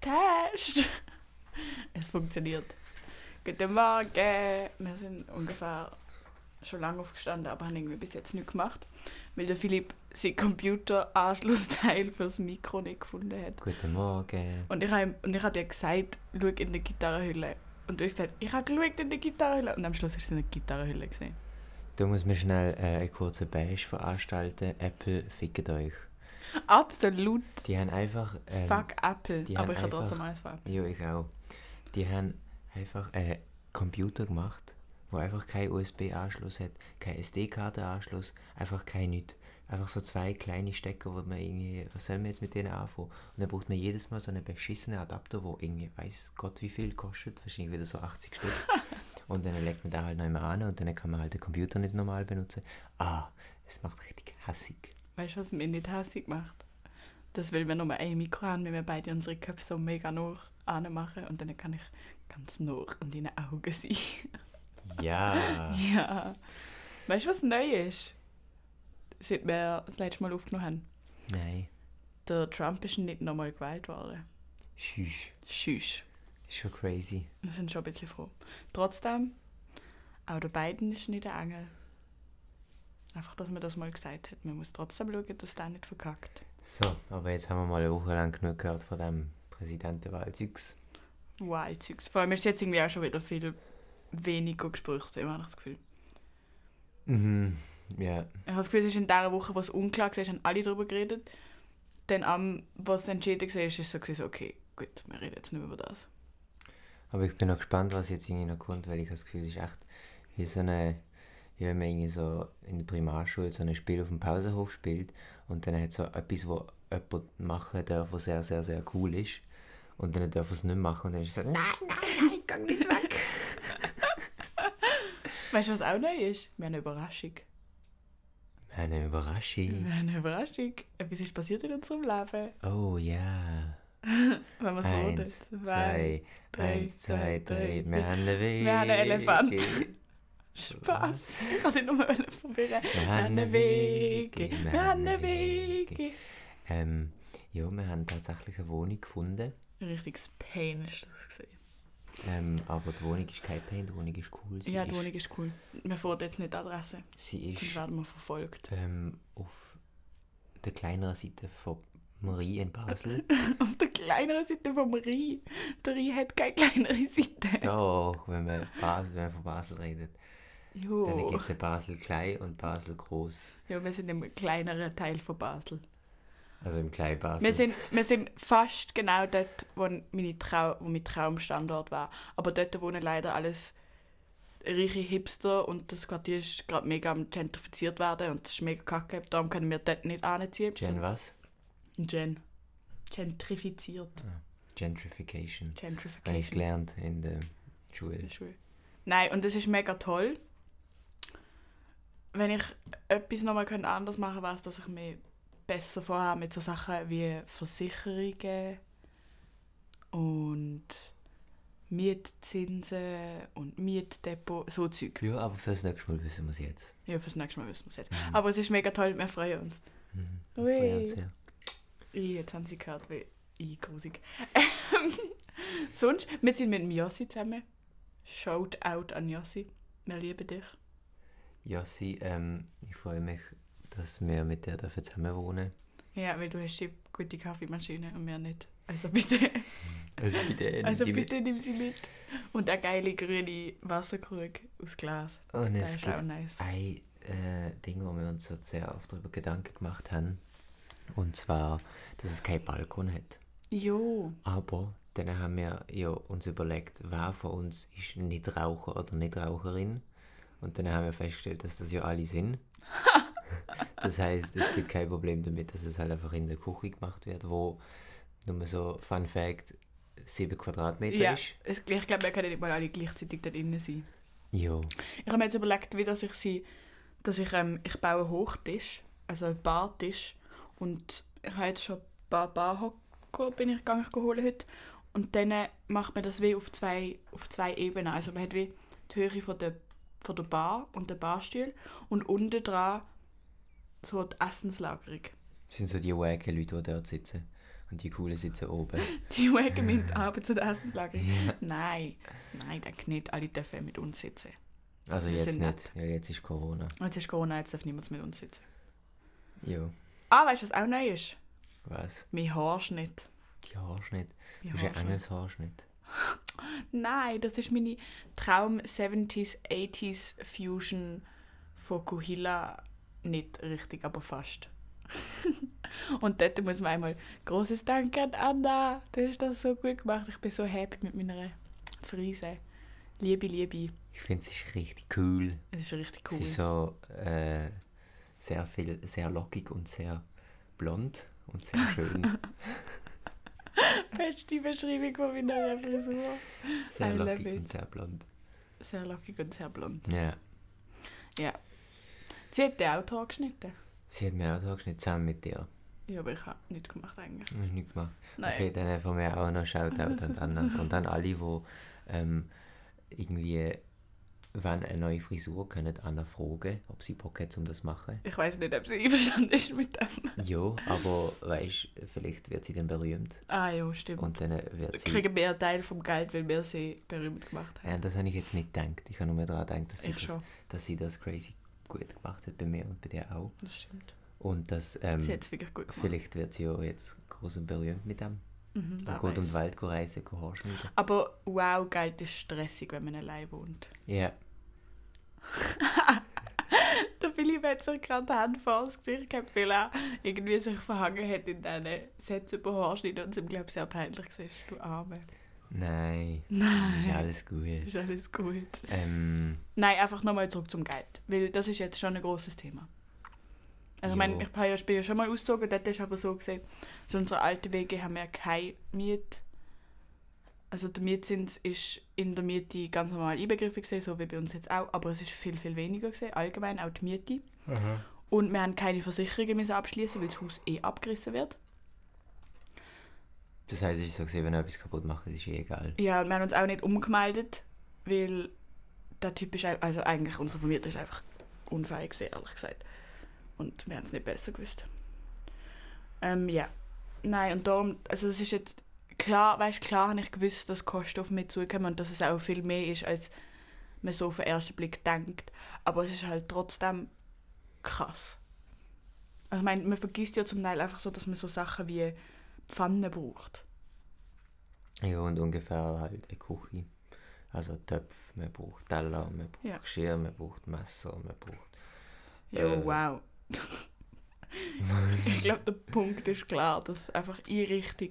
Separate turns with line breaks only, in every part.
getäuscht. Es funktioniert. Guten Morgen. Wir sind ungefähr schon lange aufgestanden, aber haben irgendwie bis jetzt nichts gemacht, weil der Philipp sein Computeranschlussteil fürs Mikro nicht gefunden hat.
Guten Morgen.
Und ich habe ihm- und ich hab dir gesagt, schau in der Gitarrenhülle. Und du hast gesagt, ich habe geschaut in der Gitarrenhülle. Und am Schluss ist es in der Gitarrenhülle gesehen.
Du musst mir schnell äh, einen kurzen Bash veranstalten. Apple fickt euch.
Absolut
Die haben einfach. ähm,
fuck Apple.
die
Aber
haben
ich habe trotzdem
einfach-
alles von Apple.
Ja, ich auch. Die haben einfach einen Computer gemacht, wo einfach keinen USB-Anschluss hat, keinen SD-Kartenanschluss, einfach kein nichts. Einfach so zwei kleine Stecker, wo man irgendwie, was soll man jetzt mit denen anfangen? Und dann braucht man jedes Mal so einen beschissenen Adapter, wo irgendwie, weiß Gott wie viel kostet, wahrscheinlich wieder so 80 Stück. und dann legt man da halt noch immer an und dann kann man halt den Computer nicht normal benutzen. Ah, es macht richtig hassig.
Weißt du, was mir nicht hässlich macht? Das will wir nur ein Mikro haben, wenn wir beide unsere Köpfe so mega nah anmachen und dann kann ich ganz nah an deinen Augen sein.
Ja.
ja. Weißt du, was neu ist? Seit wir das letzte Mal aufgenommen haben.
Nein.
Der Trump ist nicht nochmal gewählt worden.
Tschüss.
Tschüss.
Ist schon crazy.
Wir sind schon ein bisschen froh. Trotzdem, auch der Biden ist nicht der Engel. Einfach, dass man das mal gesagt hat. Man muss trotzdem schauen, dass der nicht verkackt.
So, aber jetzt haben wir mal eine Woche lang genug gehört von dem Präsidentenwahlzeugs.
Wild Zeugs. Vor allem ist jetzt irgendwie auch schon wieder viel weniger Gesprächsthema, habe ich das Gefühl.
Mhm. Ja.
Ich habe das Gefühl, es ist in der Woche, wo es unklar war, haben alle darüber geredet. Dann am, was entschieden war, ist es so, gewesen, so, okay, gut, wir reden jetzt nicht mehr über das.
Aber ich bin noch gespannt, was jetzt irgendwie noch kommt, weil ich habe das Gefühl, es ist echt wie so eine, wie wenn man irgendwie so in der Primarschule so ein Spiel auf dem Pausenhof spielt und dann hat so etwas, wo jemand machen darf, was sehr, sehr, sehr cool ist. Und dann darf er es nicht machen und dann ist es so, nein, nein, nein, geh nicht weg.
Weißt du, was auch neu ist? Wir haben eine Überraschung.
Eine Überraschung.
Wir haben eine Überraschung. Etwas ist passiert in unserem Leben.
Oh ja.
Wenn man es wurde.
Eins, zwei,
drei,
eins, zwei,
drei,
drei. Wir haben einen
Wir haben einen Elefant.
Weg.
Spaß. Ich kann dich nur mal verwirren.
Wir haben einen Weg. Wir haben einen Weg. Ähm, ja, wir haben tatsächlich eine Wohnung gefunden.
Richtiges Pain ist das gesehen.
Ähm, aber die Wohnung ist kein Pain, die Wohnung ist cool. Sie
Ja, die
ist,
Wohnung ist cool. Wir fahren jetzt nicht die Adresse.
Sie
Sonst
ist
werden wir verfolgt.
ähm, auf der kleineren Seite von Marie in Basel.
Auf der kleineren Seite vom Rhein. Der Rhein hat keine kleinere Seite.
Doch, wenn man, Basel, wenn man von Basel redet, dann
Jo.
gibt es Basel klein und Basel groß.
Ja, wir sind im kleineren Teil von Basel.
Also im kleinen Basel.
Wir sind, wir sind fast genau dort, wo, meine Trau wo mein Traumstandort war. Aber dort wohnen leider alles reiche Hipster und das Quartier ist gerade mega am gentrifiziert werden und das ist mega kacke. Darum können wir dort nicht anziehen.
Gen was?
Gen. Gentrifiziert.
Gentrification. Habe ich
Gentrification.
gelernt in der Schule.
In der Schule. Nein, und das ist mega toll. Wenn ich etwas nochmal könnte anders machen könnte, wäre es, dass ich mich besser vorher mit so Sachen wie Versicherungen und Mietzinsen und Mietdepot, so Zeug.
Ja, aber fürs nächste Mal wissen wir es jetzt.
Ja, fürs nächste Mal wissen wir es jetzt. Aber es ist mega toll, wir freuen uns.
Mhm.
Ui.
Wir freuen uns sehr.
Ih, Jetzt haben sie gehört, wie ich grusig. Ähm, sonst, wir sind mit dem Jossi zusammen. Shout out an Jossi. Wir lieben dich.
Jossi, ähm, ich freue mich, dass wir mit dir dürfen zusammen wohnen.
Ja, weil du hast die gute Kaffeemaschine und mehr nicht. Also bitte,
Also bitte, nehmen
also
Sie mit.
bitte nimm sie mit. Und eine geile grüne Wasserkrug aus Glas.
Und
Das
es
ist auch
gibt
nice.
ein äh, Ding, wo wir uns so sehr oft darüber Gedanken gemacht haben. Und zwar, dass es keinen Balkon hat.
Jo,
Aber dann haben wir ja uns überlegt, wer von uns ist Nichtraucher oder Nichtraucherin. Und dann haben wir festgestellt, dass das ja alle sind. das heißt, es gibt kein Problem damit, dass es halt einfach in der Küche gemacht wird, wo nur so Fun Fact 7 Quadratmeter
ja.
ist.
Es, ich glaube, wir können nicht mal alle gleichzeitig da drinnen sein.
Ja.
Ich habe mir jetzt überlegt, wie dass ich sie, dass ich, ähm, ich baue einen Hochtisch, also einen Bartisch. Und ich habe jetzt schon ein paar Barhocker bin ich gegangen geholt heute. Und dann macht man das wie auf zwei, auf zwei Ebenen. Also man hat wie die Höhe von der, von der Bar und der Barstuhl und unten dran so die Essenslagerung.
Das sind so die wacken Leute, die dort sitzen. Und die coolen sitzen oben.
Die wegen mit Arbeits- und Essenslager. Nein, nein, denke nicht. Alle dürfen mit uns sitzen.
Also
Wir
jetzt
sind
nicht. Ja, jetzt ist Corona.
Und Jetzt ist Corona, jetzt darf niemand mit uns sitzen.
Ja,
Ah, weißt du, was auch neu ist?
was?
Mein Haarschnitt.
Die Haarschnitt.
Mein
Du hast einen Engelshaarschnitt.
Nein, das ist meine Traum 70s, 80s Fusion von Kuhila. Nicht richtig, aber fast. Und dort muss man einmal großes Dank an Anna. Du hast das so gut gemacht. Ich bin so happy mit meiner Frise. Liebe, liebe.
Ich finde, es ist richtig cool.
Es ist richtig
Sie
cool.
ist so äh, sehr viel, sehr lockig und sehr blond und sehr schön.
Beste Beschreibung von meiner Frisur.
Sehr
I love
lockig
it.
und sehr blond.
Sehr lockig und sehr blond.
Ja.
Sie hat den Autor geschnitten.
Sie hat mir auch gesagt, zusammen mit dir.
Ja, aber ich habe nichts gemacht eigentlich.
Hab ich nicht gemacht.
Nein.
Okay, dann von mir auch noch Shoutout an anderen. Und dann alle, die ähm, irgendwie, wenn eine neue Frisur können, Anna fragen, ob sie Bock hat, um das zu machen.
Ich weiß nicht, ob sie einverstanden ist mit dem.
Ja, aber weißt vielleicht wird sie dann berühmt.
Ah ja, stimmt.
Und dann wird sie.
kriegen wir einen Teil vom Geld, weil wir sie berühmt gemacht haben.
Ja, das habe ich jetzt nicht gedacht. Ich habe nur daran gedacht, dass sie,
ich
das,
schon,
dass sie das crazy gut gemacht hat, bei mir und bei dir auch.
das stimmt.
Und dass, ähm,
Sie hat es wirklich gut gemacht.
vielleicht wird sie ja jetzt groß und berühmt mit dem.
Mhm, wer
Dann geht und
weiß.
Wald go reisen, go Haarschneiden.
Aber wow, Geld ist stressig, wenn man allein wohnt.
Ja,
Der Billy hat sich gerade die Hand vor das Gesicht gehabt, weil er irgendwie sich verhangen hat in diesen Sätzen über Haarschneiden und es ihm, glaube ich, sehr peinlich war. Du Arme.
nein, ist
Nein,
alles gut.
ist alles gut.
Ähm,
Nein, einfach nochmal zurück zum Geld. Weil das ist jetzt schon ein großes Thema. Also, ich meine,
Jo.
ich bin ja- ich bin ja schon mal ausgezogen, dort ist aber so gesehen, so unsere alten Wege haben wir keine Miete. Also, der Mietzins ist in der Miete ganz normal einbegriffen, gewesen, so wie bei uns jetzt auch, aber es ist viel, viel weniger gewesen, allgemein, auch die Miete. Und wir haben keine Versicherungen müssen abschließen, weil das Haus eh abgerissen wird.
das heisst, es ist so gesehen, wenn er etwas kaputt macht, ist eh egal.
Ja, und wir haben uns auch nicht umgemeldet, weil der Typ ist, ein- also eigentlich unser Vermieter ist einfach unfähig gewesen, ehrlich gesagt. Und wir haben es nicht besser gewusst. Ähm, ja. Nein, und darum, also es ist jetzt, klar, weißt klar habe ich gewusst, dass Kosten auf mich zukommen und dass es auch viel mehr ist, als man so auf den ersten Blick denkt. Aber es ist halt trotzdem krass. Also ich meine, man vergisst ja zum Teil einfach so, dass man so Sachen wie Pfannen braucht.
Ja, und ungefähr halt eine Küche. Also Töpfe, man braucht Teller, man braucht
Ja.
Geschirr, man braucht Messer, man braucht...
Ja,
Äh.
Oh, wow. ich glaube, der Punkt ist klar, dass einfach Einrichtung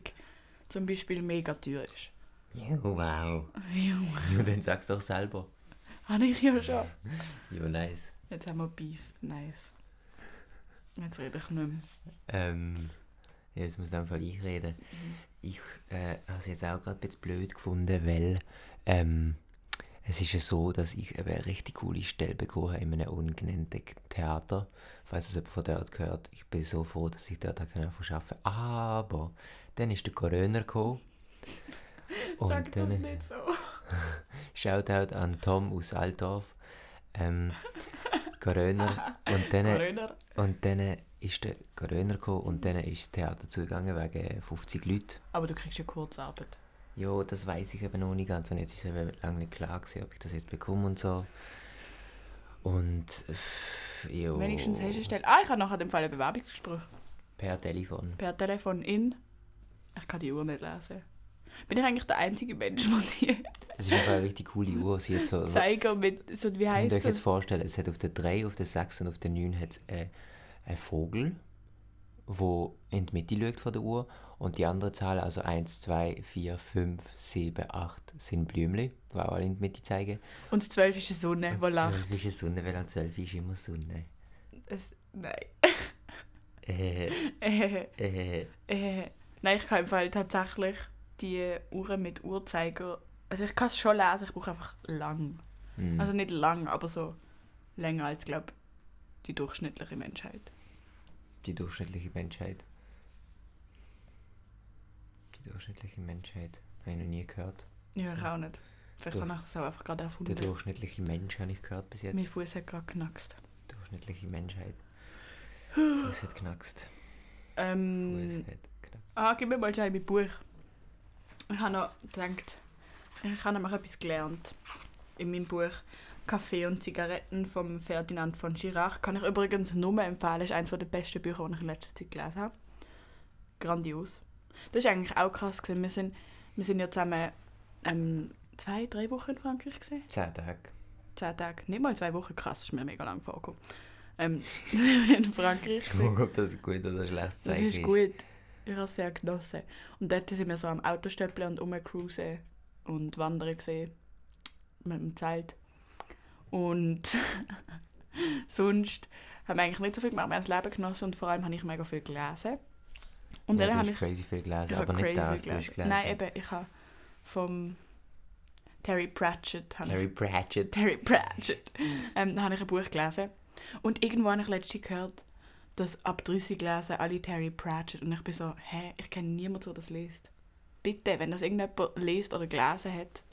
zum Beispiel mega teuer ist.
Ja, wow.
Ja,
Ja, dann sag's doch selber.
habe ich ja schon.
Ja, nice.
Jetzt haben wir Beef. Nice. Jetzt rede ich nicht mehr.
Ähm, ja, jetzt muss ich einfach ich reden.
Mhm.
Ich äh, habe es jetzt auch gerade ein bisschen blöd gefunden, weil ähm, es ist ja so, dass ich eben eine richtig coole Stelle bekommen habe in einem ungenannten Theater. Falls es jemand von dort gehört, ich bin so froh, dass ich dort habe können arbeiten konnte. Aber dann ist der Corona gekommen.
Sag das
dann- äh,
nicht so.
Shoutout an Tom aus Altdorf. Ähm, Corona. Und dann äh,
Corona.
Und dann ist der Corona gekommen und dann ist das Theater zugegangen wegen 50 Leuten.
Aber du kriegst ja Kurzarbeit.
Ja, das weiß ich eben noch nicht ganz und jetzt ist eben lange nicht klar gewesen, ob ich das jetzt bekomme und so. Und pff, ja,
Wenigstens hast du eine Stelle. Ah, ich habe nachher dem Fall ein Bewerbungsgespräch.
per Telefon.
Per Telefon in. Ich kann die Uhr nicht lesen. Bin ich eigentlich der einzige Mensch, der sie
Das ist einfach eine richtig coole Uhr. Sie hat so,
zeigen mit. So, wie
Könnt ihr euch
heißt
jetzt
das?
vorstellen, es hat auf der 3, auf der 6 und auf der 9 hat's äh, einen Vogel, wo in die Mitte schaut von der Uhr und die anderen Zahlen, also 1, 2, 4, 5, 7, 8 sind Blümchen, die auch alle in die Mitte zeigen.
Und das 12 ist eine Sonne, die lacht.
12 ist eine Sonne, weil an 12 ist immer Sonne.
Es, nein.
Äh,
Äh,
äh,
äh. Nein, ich kann im Fall tatsächlich die Uhren mit Uhrzeiger. Also ich kann es schon lesen, ich brauche einfach lang.
hm.
Also nicht lang, aber so länger als, glaube die durchschnittliche Menschheit.
die durchschnittliche Menschheit. Die durchschnittliche Menschheit. Habe ich noch nie gehört.
Ja, ich
So.
auch nicht. Vielleicht
Durch-
habe ich das auch einfach gerade
Der
erfunden.
durchschnittliche Mensch habe ich gehört bis jetzt.
Mein Fuß hat gerade geknackst.
Durchschnittliche Menschheit. Fuß hat knackst.
Ähm,
Fuß hat Fakten.
Ah, gib mir mal schnell mein Buch. Ich habe noch gedacht, ich habe nämlich etwas gelernt in meinem Buch «Kaffee und Zigaretten» von Ferdinand von Schirach. Kann ich übrigens nur empfehlen, ist eines der besten Bücher, die ich in letzter Zeit gelesen habe. Grandios. Das war eigentlich auch krass. Gewesen. Wir, sind, wir sind ja zusammen ähm, zwei, drei Wochen in Frankreich. Gewesen.
Zehn Tage.
Zehn Tage, nicht mal zwei Wochen, krass, ist mir mega lang vorgekommen. Ähm, in Frankreich.
Ich
gewesen.
frage, ob das ein gut oder ein schlechtes
Das
Zeichen
ist gut. Ich habe es sehr genossen. Und dort sind wir so am Autostöppeln und rumcruisen und wandern gesehen. Mit dem Zelt. Und sonst haben wir eigentlich nicht so viel gemacht. Wir haben das Leben genossen und vor allem habe ich mega viel gelesen. Und
ja,
dann
du
habe
hast
ich,
crazy viel gelesen,
ich habe
aber nicht das,
viel
du hast gelesen.
Nein, eben, ich habe vom Terry Pratchett. habe ich-
Terry Pratchett.
Terry Pratchett. Ähm, da habe ich ein Buch gelesen. Und irgendwo habe ich letztens gehört, dass ab 30 lesen alle Terry Pratchett. Und ich bin so, hä, ich kenne niemanden, der das liest. Bitte, wenn das irgendjemand liest oder gelesen hat,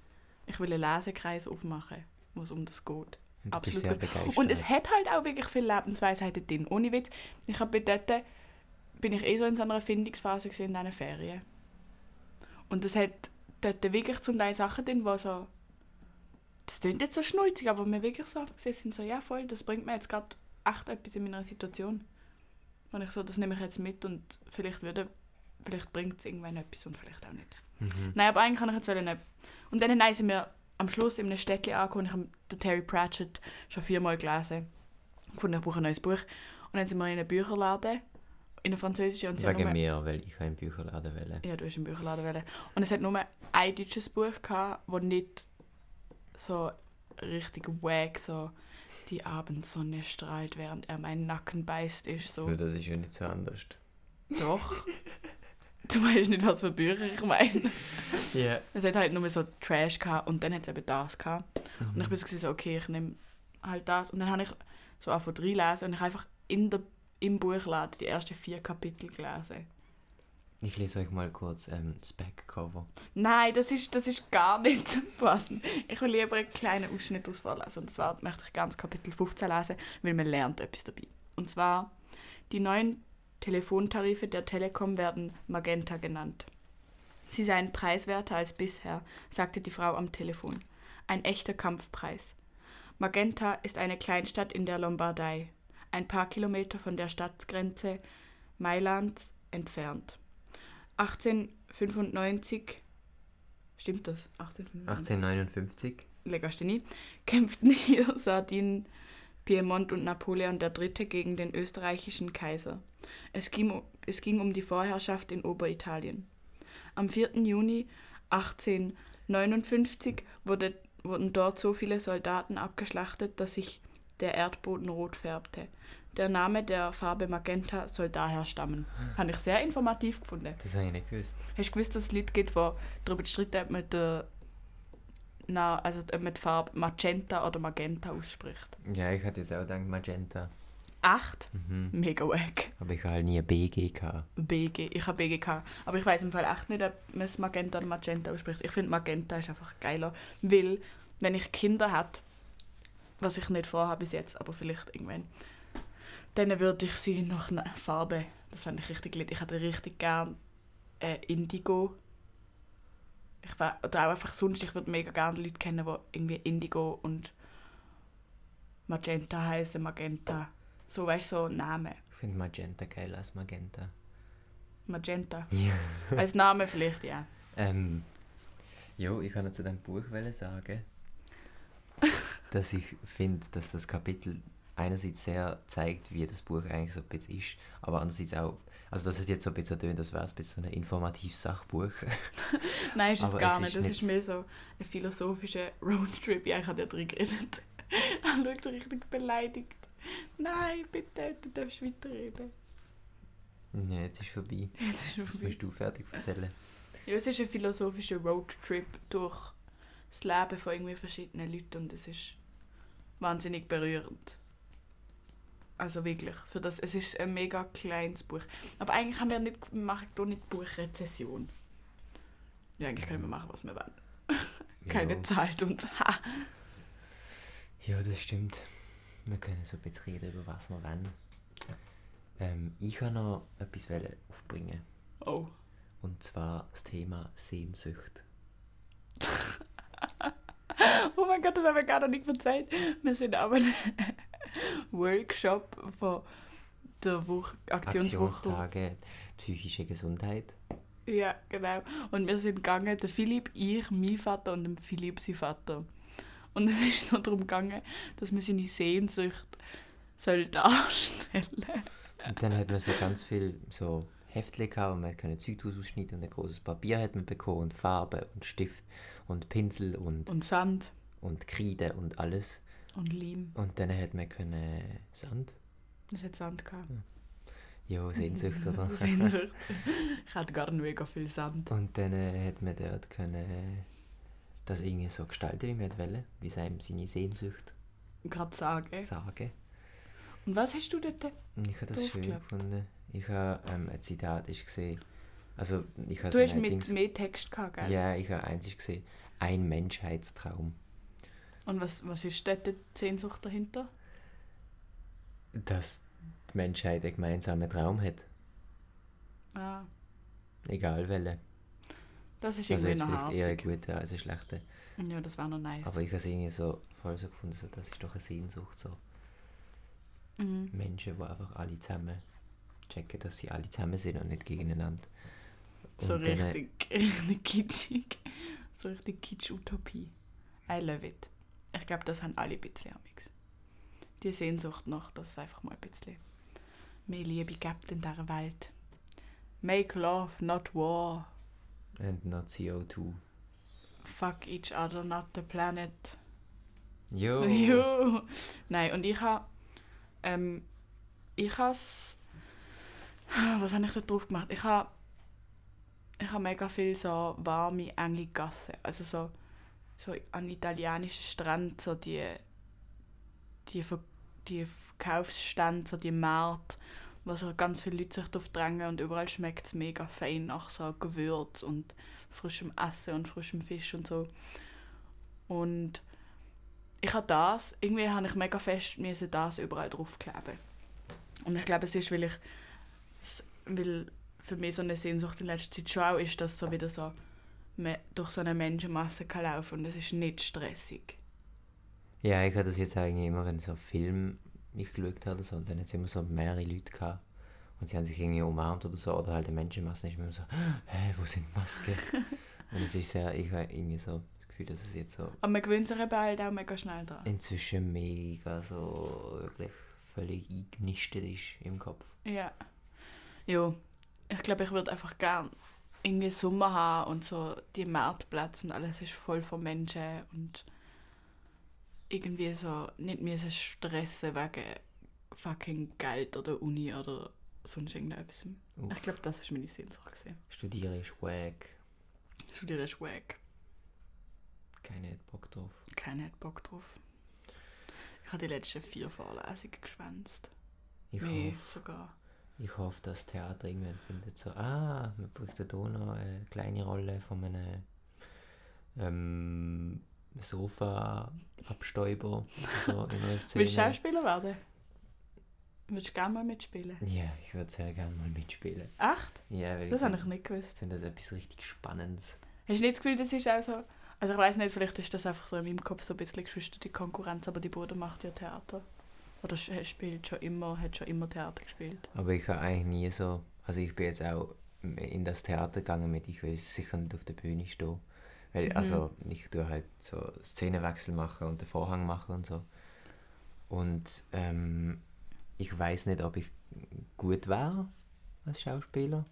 ich will einen Lesekreis aufmachen, wo es um das geht.
Und du bist
Absolut
sehr
gut.
begeistert.
Und es hat halt auch wirklich viele Lebensweisheiten drin. Ohne Witz, ich habe dort bin ich eh so in so einer Erfindungsphase gewesen, in diesen Ferien. Und es hat dort wirklich zum Teil Sachen drin, die so... Das klingt jetzt so schnulzig, aber wir wirklich so gesehen sind so, ja voll, das bringt mir jetzt gerade echt etwas in meiner Situation. Und ich so, das nehme ich jetzt mit und vielleicht würde... Vielleicht bringt es irgendwann etwas und vielleicht auch nicht.
mhm.
Nein, aber eigentlich kann ich jetzt wollen nicht. Und dann nein, sind wir am Schluss in einem Städtchen angekommen und ich habe den Terry Pratchett schon viermal gelesen. Ich fand, ich brauche ein neues Buch. Und dann sind wir in einen Bücherladen, in einen französischen. Und sie haben
Wegen
nur-
mir, weil ich einen Bücherladen wähle.
ja, du hast im Bücherladen wählen. Und es hat nur ein deutsches Buch gehabt, das nicht so richtig wack, so die Abendsonne strahlt, während er meinen Nacken beißt, ist so.
Ja, das ist ja nicht so anders.
Doch. Du weißt nicht, was für Bücher ich meine.
Ja.
Es hat halt nur so Trash gehabt und dann hat es eben das gehabt. Und
Mhm.
ich bin so, gewesen, so, okay, ich nehme halt das. Und dann habe ich so angefangen zu lesen und ich einfach in der, im Buchladen die ersten vier Kapitel gelesen.
Ich lese euch mal kurz ähm, das Backcover.
Mhm. Nein, das ist, das ist gar nicht passend. Ich will lieber einen kleinen Ausschnitt aus vorlesen. Und zwar möchte ich ganz Kapitel 15 lesen, weil man lernt etwas dabei. Und zwar, die neuen Telefontarife der Telekom werden Magenta genannt. Sie seien preiswerter als bisher, sagte die Frau am Telefon. Ein echter Kampfpreis. Magenta ist eine Kleinstadt in der Lombardei, ein paar Kilometer von der Stadtgrenze Mailands entfernt. 1895 Stimmt das? 1895.
1859.
Legasthenie. Kämpften hier Sardinien, Piemont und Napoleon III. gegen den österreichischen Kaiser. Es ging, u- es ging um die Vorherrschaft in Oberitalien. Am 4. Juni 1859 wurde, wurden dort so viele Soldaten abgeschlachtet, dass sich der Erdboden rot färbte. Der Name der Farbe Magenta soll daher stammen. Fand ich sehr informativ gefunden.
Das habe ich nicht gewusst.
Hast du gewusst, dass es Leute gibt, die darüber gestritten haben, mit der na, also ob man die Farbe Magenta oder Magenta ausspricht.
Ja, ich hatte jetzt auch gedacht Magenta.
Echt?
Mhm.
Mega wack.
Aber ich habe halt nie ein BG gehabt.
BG. Ich habe BG gehabt. Aber ich weiß im Fall echt nicht, ob man es Magenta oder Magenta ausspricht. Ich finde Magenta ist einfach geiler. Weil, wenn ich Kinder hätte, was ich nicht vorhabe bis jetzt, aber vielleicht irgendwann, dann würde ich sie nach einer Farbe. Das fände ich richtig lieb. Ich hätte richtig gern äh, Indigo. Ich wär, oder auch einfach sonst, ich würde mega gerne Leute kennen, die irgendwie Indigo und Magenta heißen, Magenta. So, weißt du, so Namen.
Ich finde Magenta geil als Magenta.
Magenta.
Ja.
Als Name vielleicht, ja.
Ähm, jo, ich wollte zu diesem Buch wollen sagen, dass ich finde, dass das Kapitel einerseits sehr zeigt, wie das Buch eigentlich so ein bisschen ist, aber andererseits auch, also das hat jetzt so ein bisschen tönt, als wäre es ein bisschen so ein informatives Sachbuch.
Nein, ist es
Aber
gar
es
nicht.
ist
Das
nicht-
ist mehr so ein philosophischer Roadtrip. Ja, ich habe da drin geredet. Er schaut richtig beleidigt. Nein, bitte, du darfst weiterreden.
ja, jetzt ist vorbei.
Das ist
Jetzt
vorbei.
musst du fertig erzählen.
ja, es ist ein philosophischer Roadtrip durch das Leben von irgendwie verschiedenen Leuten und es ist wahnsinnig berührend. Also wirklich, für das, es ist ein mega kleines Buch. Aber eigentlich haben wir nicht, wir machen hier nicht Buchrezession. Ja, eigentlich können wir machen, was wir wollen. Keine
ja.
zahlt uns. Ha.
ja, das stimmt. Wir können so ein bisschen reden, über was wir wollen. Ähm, ich kann noch etwas wollen aufbringen.
Oh.
Und zwar das Thema Sehnsucht.
Oh mein Gott, das haben wir gar noch nicht verzeiht. Wir sind aber einem Workshop von der Woche, Aktionswoche.
Aktionstage, psychische Gesundheit.
Ja, genau. Und wir sind gegangen, der Philipp, ich, mein Vater und dem Philipp, sein Vater. Und es ist so darum gegangen, dass man seine Sehnsucht soll darstellen.
Und dann hat man so ganz viel so Heftchen gehabt und man hat keine Zeug draus ausschneiden und ein großes Papier hat man bekommen und Farbe und Stift und Pinsel und,
Und Sand
und Kreide und alles.
und Leim.
Und dann hat man können Sand.
Das hat Sand gehabt.
Ja, Sehnsucht, oder?
Sehnsucht. Ich hatte gar nicht mega viel Sand.
Und dann äh, hat man dort können das irgendwie so gestalten, wie man wollte, wie es einem seine Sehnsucht
Gerade sagen.
sagen.
Und was hast du dort?
Und ich habe das schön
Draufgeklappt.
gefunden. Ich habe ähm, ein Zitat ist gesehen. Also ich habe
Du hast
ein
mit
Dings-
mehr Text gehabt, gell?
Ja, ich habe eins gesehen. Ein Menschheitstraum.
Und was, was ist dort die Sehnsucht dahinter?
Dass die Menschheit einen gemeinsamen Traum hat.
Ah,
Egal welche.
das ist
Also
irgendwie noch
ist vielleicht eher ein
harzig.
guter als ein schlechter.
Ja, das wäre noch nice.
Aber ich habe es irgendwie so voll so gefunden, so, das ist doch eine Sehnsucht. So.
mhm.
Menschen, die einfach alle zusammen checken, dass sie alle zusammen sind und nicht gegeneinander.
So
Und dann, äh,
richtig, richtig kitschig. So richtig Kitsch-Utopie. I love it. Ich glaube, das haben alle ein bisschen amix. Die Sehnsucht nach, dass es einfach mal ein bisschen mehr Liebe gibt in dieser Welt. Make love, not war.
And not CO2.
Fuck each other, not the planet.
Jo!
Jo. Nein, und ich habe. Ähm, ich has Was habe ich da drauf gemacht? Ich habe. Ich habe mega viel so warme, enge Gassen. Also so, so an italienischen Stränden, so die. die, Ver die Verkaufsstände, so die Märkte, wo so ganz viele Leute sich drauf drängen und überall schmeckt es mega fein nach so Gewürz und frischem Essen und frischem Fisch und so. Und ich habe das, irgendwie habe ich mega fest müssen das überall draufkleben. Und ich glaube, es ist, weil ich, s- weil für mich so eine Sehnsucht in letzter Zeit schon auch ist, dass so wieder so me- durch so eine Menschenmasse kann laufen und es ist nicht stressig.
Ja, ich hatte das jetzt eigentlich immer, wenn so Film ich geschaut habe oder so, und dann hat es immer so mehrere Leute gehabt. Und sie haben sich irgendwie umarmt oder so, oder halt eine Menschenmasse. Ich bin immer so, hä, wo sind die Masken? und es ist sehr, ich habe irgendwie so das Gefühl, dass es jetzt so
Aber man gewöhnt sich eben halt auch mega schnell dran.
inzwischen mega so wirklich völlig eingenistet ist im Kopf.
Ja. Jo. Ich glaube, ich würde einfach gern irgendwie Sommer haben und so die Marktplätze und alles ist voll von Menschen und irgendwie so nicht mehr so stressen wegen fucking Geld oder Uni oder sonst irgendetwas.
Uff,
Ich glaube, das ist meine Sehnsucht gesehen.
Studiere ist wack,
Studieren ist wack.
keiner hat Bock drauf.
Keiner hat Bock drauf. Ich habe die letzten vier Vorlesungen geschwänzt.
Ich
Mehr
hoffe,
sogar.
Ich hoffe, dass das Theater irgendwann findet, so, ah, wir bräuchten hier noch eine kleine Rolle von einem ähm, Sofa-Abstäuber oder so in einer
Willst du
Szene.
Schauspieler werden? Würdest du gerne mal mitspielen?
Ja, ich würde sehr gerne mal mitspielen.
Echt?
Ja, weil
Das habe
ich
ich nicht gewusst.
finde das etwas richtig Spannendes.
Hast du nicht das Gefühl, das ist auch so. Also ich weiß nicht, vielleicht ist das einfach so in meinem Kopf so ein bisschen geschüchtert, die Konkurrenz, aber die Bruder macht ja Theater. Oder sch- spielt schon immer, hat schon immer Theater gespielt.
Aber ich habe eigentlich nie so, also ich bin jetzt auch in das Theater gegangen mit, ich will sicher nicht auf der Bühne stehen. Weil,
Mhm.
also, ich tue halt so Szenenwechsel machen und den Vorhang machen und so. Und ähm, ich weiß nicht, ob ich gut war als Schauspieler.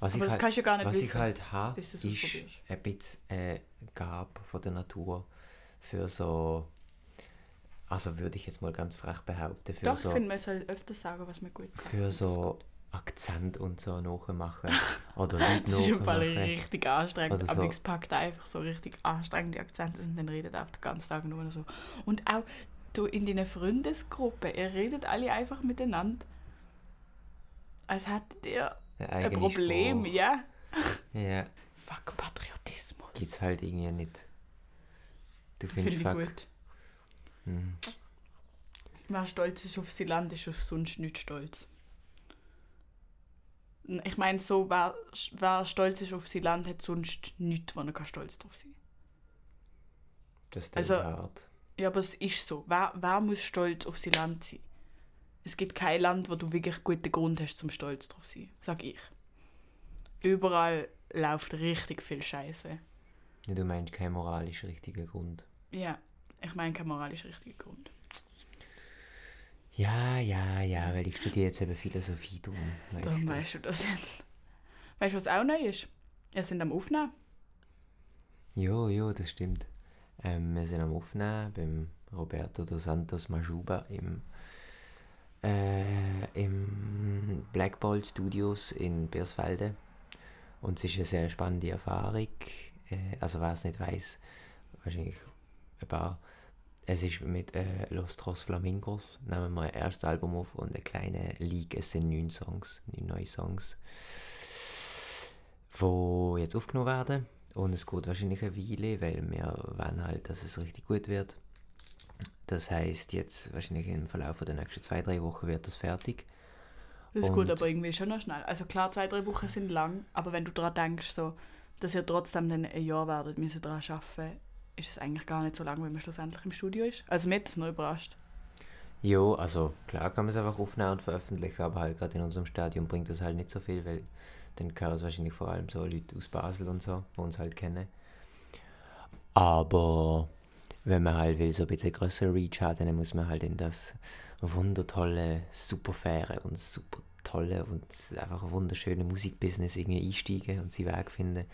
Was
aber das
ich halt,
kannst du ja gar nicht
was
wissen.
ich halt habe,
bis
ist
du's ausprobierst.
ein bisschen äh, Gabe von der Natur für so, also würde ich jetzt mal ganz frech behaupten, für
Doch,
so
ich finde, man soll öfters sagen, was man gut kann.
für so Akzent und so nachmachen. Oder Leute
Das ist im Fall eh
nachmachen.
richtig anstrengend.
Oder
Aber
so.
ich packt einfach so richtig anstrengende Akzente aus und dann redet er auf den ganzen Tag nur noch so. Und auch du in deiner Freundesgruppe, ihr redet alle einfach miteinander. Als hättet ihr
Eine
ein
eigene
Problem,
Sprache.
ja?
Ja,
Fuck Patriotismus.
gibt es halt irgendwie nicht. Du
Finde
findest
ich
fuck.
gut.
Hm.
Wer stolz ist auf sein Land, ist auf sonst nicht stolz. Ich meine, so wer, wer stolz ist auf sein Land, hat sonst nichts, wo er kann stolz drauf sein
Das ist
Also-
hart.
Ja, aber es ist so. Wer, wer muss stolz auf sein Land sein? Es gibt kein Land, wo du wirklich guten Grund hast, zum stolz drauf zu sein, sag ich. Überall läuft richtig viel Scheiße.
Ja, du meinst keinen moralisch richtigen Grund.
Ja, ich meine kein moralisch richtiger Grund.
Ja, ja, ja, weil ich studiere jetzt eben Philosophie drum. weiss ich
Darum
das.
weißt du das jetzt. Weißt du, was auch neu ist? Wir sind am Aufnehmen.
Jo, jo, das stimmt. Ähm, wir sind am Aufnehmen beim Roberto dos Santos Majuba im, äh, im Black Ball Studios in Beersfelde. Und es ist eine sehr spannende Erfahrung. Äh, also wer es nicht weiß, wahrscheinlich ein paar. Es ist mit äh, Los Tres Flamingos, nehmen wir ein erstes Album auf und eine kleine League. Es sind neun Songs, neun neue Songs, wo jetzt aufgenommen werden. Und es geht wahrscheinlich eine Weile, weil wir wollen halt, dass es richtig gut wird. Das heißt jetzt wahrscheinlich im Verlauf der nächsten zwei, drei Wochen wird das fertig.
Das ist
Und-
gut, aber irgendwie schon noch schnell. Also klar, zwei, drei Wochen sind lang, aber wenn du daran denkst, so, dass ihr trotzdem dann ein Jahr werdet müssen daran arbeiten, ist es eigentlich gar nicht so lang, wenn man schlussendlich im Studio ist. Also mir hat das noch überrascht.
Jo, also klar kann man es einfach aufnehmen und veröffentlichen, aber halt gerade in unserem Stadium bringt das halt nicht so viel, weil dann hören es wahrscheinlich vor allem so Leute aus Basel und so, die uns halt kennen. Aber wenn man halt will, so ein bisschen größere Reach hat, dann muss man halt in das wundertolle, super faire und super tolle und einfach wunderschöne Musikbusiness irgendwie einsteigen und sie Weg finden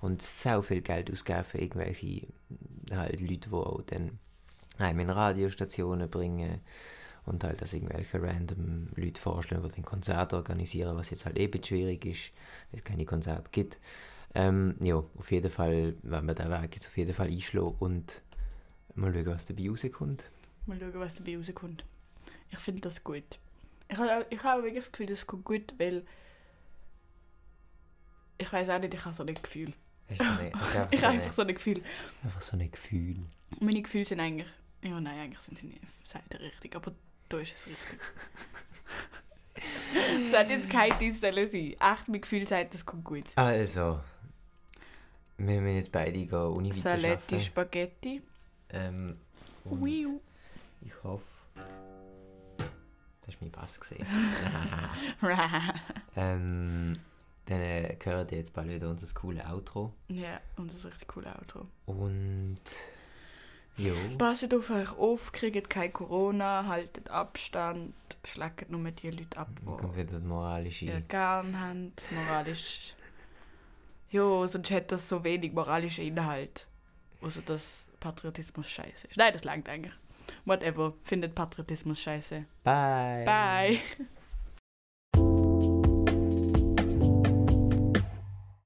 und sau viel Geld ausgeben für irgendwelche halt Leute, die auch dann heim in Radiostationen bringen und halt, dass irgendwelche random Leute vorschlagen, die den Konzert organisieren, was jetzt halt eh ein bisschen schwierig ist, weil es keine Konzerte gibt. Ähm, ja, auf jeden Fall, wenn wir den Weg jetzt auf jeden Fall einschlagen und mal schauen, was dabei rauskommt.
Mal schauen, was dabei rauskommt. Ich finde das gut. Ich habe auch, ich hab auch wirklich das Gefühl, das kommt gut, weil ich weiß auch nicht, ich habe so ein Gefühl.
Hast du so eine, hast du einfach,
Ich
so
habe einfach
eine,
so ein Gefühl.
einfach so ein Gefühl.
Meine Gefühle sind eigentlich. Ja, nein, eigentlich sind sie nicht selten richtig, aber da ist es richtig. Es hat jetzt kein Diss sollen sein. Echt, mein Gefühl sagt, das kommt gut.
Also, wir müssen jetzt beide gehen, Uni
Saletti,
weiterarbeiten.
Spaghetti.
Ähm, und
Wiu.
ich hoffe... Das ist mein Bass gesehen. Ähm, dann äh, gehört ihr jetzt bald wieder unser cooles Outro.
ja, und das ist ein richtig cooles Auto.
Und. Jo.
Passet auf euch auf, kriegt kein Corona, haltet Abstand, schlägt nur die Leute ab,
Dann kommt
die
wieder das moralische.
ihr gern habt. Moralisch. Jo, sonst hat das so wenig moralischen Inhalt. Außer dass Patriotismus scheiße ist. Nein, das langt eigentlich. Whatever. Findet Patriotismus scheiße.
Bye.
Bye.